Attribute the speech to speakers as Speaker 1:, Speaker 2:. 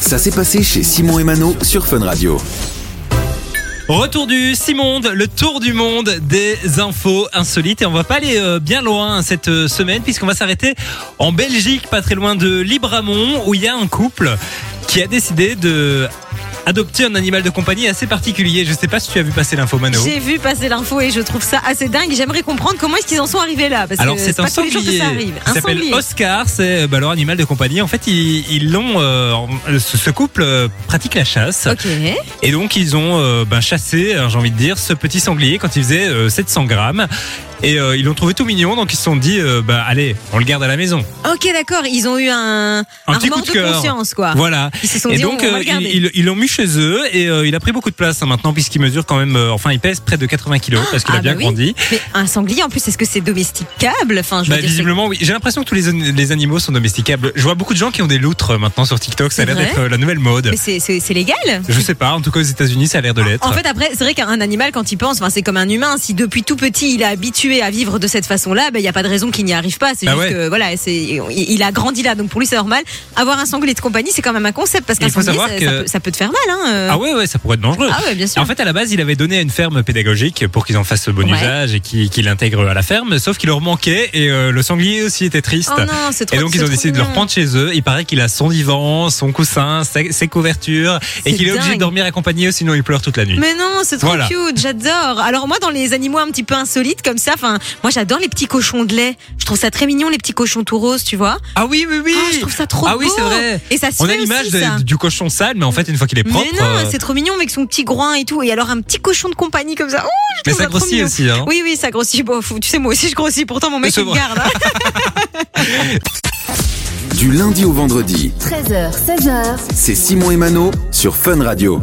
Speaker 1: Ça s'est passé chez Simon et Mano sur Fun Radio.
Speaker 2: Retour du Simonde, le tour du monde des infos insolites et on va pas aller euh, bien loin cette euh, semaine puisqu'on va s'arrêter en Belgique, pas très loin de Libramont où il y a un couple qui a décidé de adopter un animal de compagnie assez particulier. Je sais pas si tu as vu passer l'info Mano.
Speaker 3: J'ai vu passer l'info et je trouve ça assez dingue. J'aimerais comprendre comment est-ce qu'ils en sont arrivés là. Parce
Speaker 2: Alors
Speaker 3: que
Speaker 2: c'est un
Speaker 3: pas tous les jours
Speaker 2: sanglier
Speaker 3: que ça arrive.
Speaker 2: qui
Speaker 3: Un
Speaker 2: s'appelle
Speaker 3: sanglier.
Speaker 2: Oscar, c'est euh, bah, leur animal de compagnie. En fait, ils ils l'ont. euh, en- ce ce couple euh, pratique la chasse
Speaker 3: Ok.
Speaker 2: et donc ils ont euh, ben, chassé, euh, j'ai envie de dire, ce petit sanglier quand il faisait euh, 700 grammes et euh, ils l'ont trouvé tout mignon. Donc ils se sont dit, euh, bah, allez, on le garde à la maison.
Speaker 3: Ok, d'accord. Ils ont eu un,
Speaker 2: Un petit
Speaker 3: remords
Speaker 2: coup de
Speaker 3: de
Speaker 2: cœur.
Speaker 3: conscience, quoi.
Speaker 2: Voilà.
Speaker 3: Ah. Ils se sont
Speaker 2: Et
Speaker 3: dit,
Speaker 2: donc
Speaker 3: on, on va
Speaker 2: euh,
Speaker 3: le garder.
Speaker 2: ils- ils ils l'ont mis chez eux et euh, il a pris beaucoup de place hein, maintenant puisqu'il mesure quand même, euh, enfin il pèse près de 80 kilos parce qu'il
Speaker 3: ah
Speaker 2: a bien
Speaker 3: bah oui.
Speaker 2: grandi.
Speaker 3: Mais un sanglier, en plus, est-ce que c'est domesticable Enfin, je
Speaker 2: Bah,
Speaker 3: veux dire, c'est-
Speaker 2: visiblement, oui. J'ai l'impression que tous les, an- les animaux sont domesticables. Je vois beaucoup de gens qui ont des loutres euh, maintenant sur TikTok. Ça a
Speaker 3: C'est
Speaker 2: l'air
Speaker 3: vrai
Speaker 2: d'être euh, la nouvelle mode.
Speaker 3: mais c'est- c'est c'est légal
Speaker 2: Je sais pas. En tout cas, aux États-Unis, ça a l'air de l'être.
Speaker 3: En fait, après, c'est vrai qu'un animal, quand il pense, enfin, c'est comme un humain. Si depuis tout petit, il est habitué à vivre de cette façon-là, ben, il n'y a pas de raison qu'il n'y arrive pas. C'est
Speaker 2: Bah
Speaker 3: juste
Speaker 2: ouais.
Speaker 3: que, voilà, c'est, il il a grandi là. Donc, pour lui, c'est normal. Avoir un sanglier de compagnie, c'est quand même un concept. Parce qu'un
Speaker 2: Il faut
Speaker 3: sanglier, ça,
Speaker 2: savoir
Speaker 3: ça
Speaker 2: que-
Speaker 3: peut, ça peut te faire mal, hein. euh.
Speaker 2: ah ouais, ouais, ça pourrait être dangereux.
Speaker 3: Ah ouais, bien sûr.
Speaker 2: En fait, à la base, il avait donné à une ferme pédagogique pour qu'ils en fassent bon
Speaker 3: Ouais.
Speaker 2: usage et qu'ils qu'ils l'intègrent à la ferme. Sauf qu'il leur manquait et euh, le sanglier aussi était triste.
Speaker 3: Oh non, c'est trop
Speaker 2: Et donc
Speaker 3: c'est
Speaker 2: ils ont
Speaker 3: trop
Speaker 2: décidé de le
Speaker 3: mignon.
Speaker 2: reprendre chez eux. Il paraît qu'il a son divan, son coussin, sa- ses couvertures et
Speaker 3: C'est
Speaker 2: qu'il est obligé de
Speaker 3: dingue.
Speaker 2: dormir accompagné, sinon il pleure toute la nuit.
Speaker 3: Mais non, c'est trop
Speaker 2: Voilà.
Speaker 3: cute, j'adore. Alors moi, dans les animaux un petit peu insolites comme ça, enfin, moi j'adore les petits cochons de lait. Je trouve ça très mignon, les petits cochons tout roses, tu vois.
Speaker 2: Ah oui, oui, oui.
Speaker 3: Ah, je trouve ça trop
Speaker 2: Ah oui,
Speaker 3: beau.
Speaker 2: c'est vrai.
Speaker 3: Et ça se
Speaker 2: On
Speaker 3: fait
Speaker 2: a l'image
Speaker 3: aussi,
Speaker 2: de-
Speaker 3: ça.
Speaker 2: du cochon sale, mais en fait, une fois qu'il est propre,
Speaker 3: mais non,
Speaker 2: euh,
Speaker 3: c'est trop mignon avec son petit groin et tout. Et alors un petit cochon de compagnie comme ça. Oh, je
Speaker 2: mais
Speaker 3: trouve
Speaker 2: ça
Speaker 3: trop
Speaker 2: grossit
Speaker 3: mignon.
Speaker 2: aussi. Hein.
Speaker 3: Oui, oui, ça grossit. Bon, fou, tu sais, moi aussi je grossis. Pourtant, mon mec
Speaker 2: C'est
Speaker 3: il me
Speaker 2: vrai.
Speaker 3: garde. hein.
Speaker 1: Du lundi au vendredi,
Speaker 4: 13h, 16h.
Speaker 1: c'est Simon et Mano sur Fun Radio.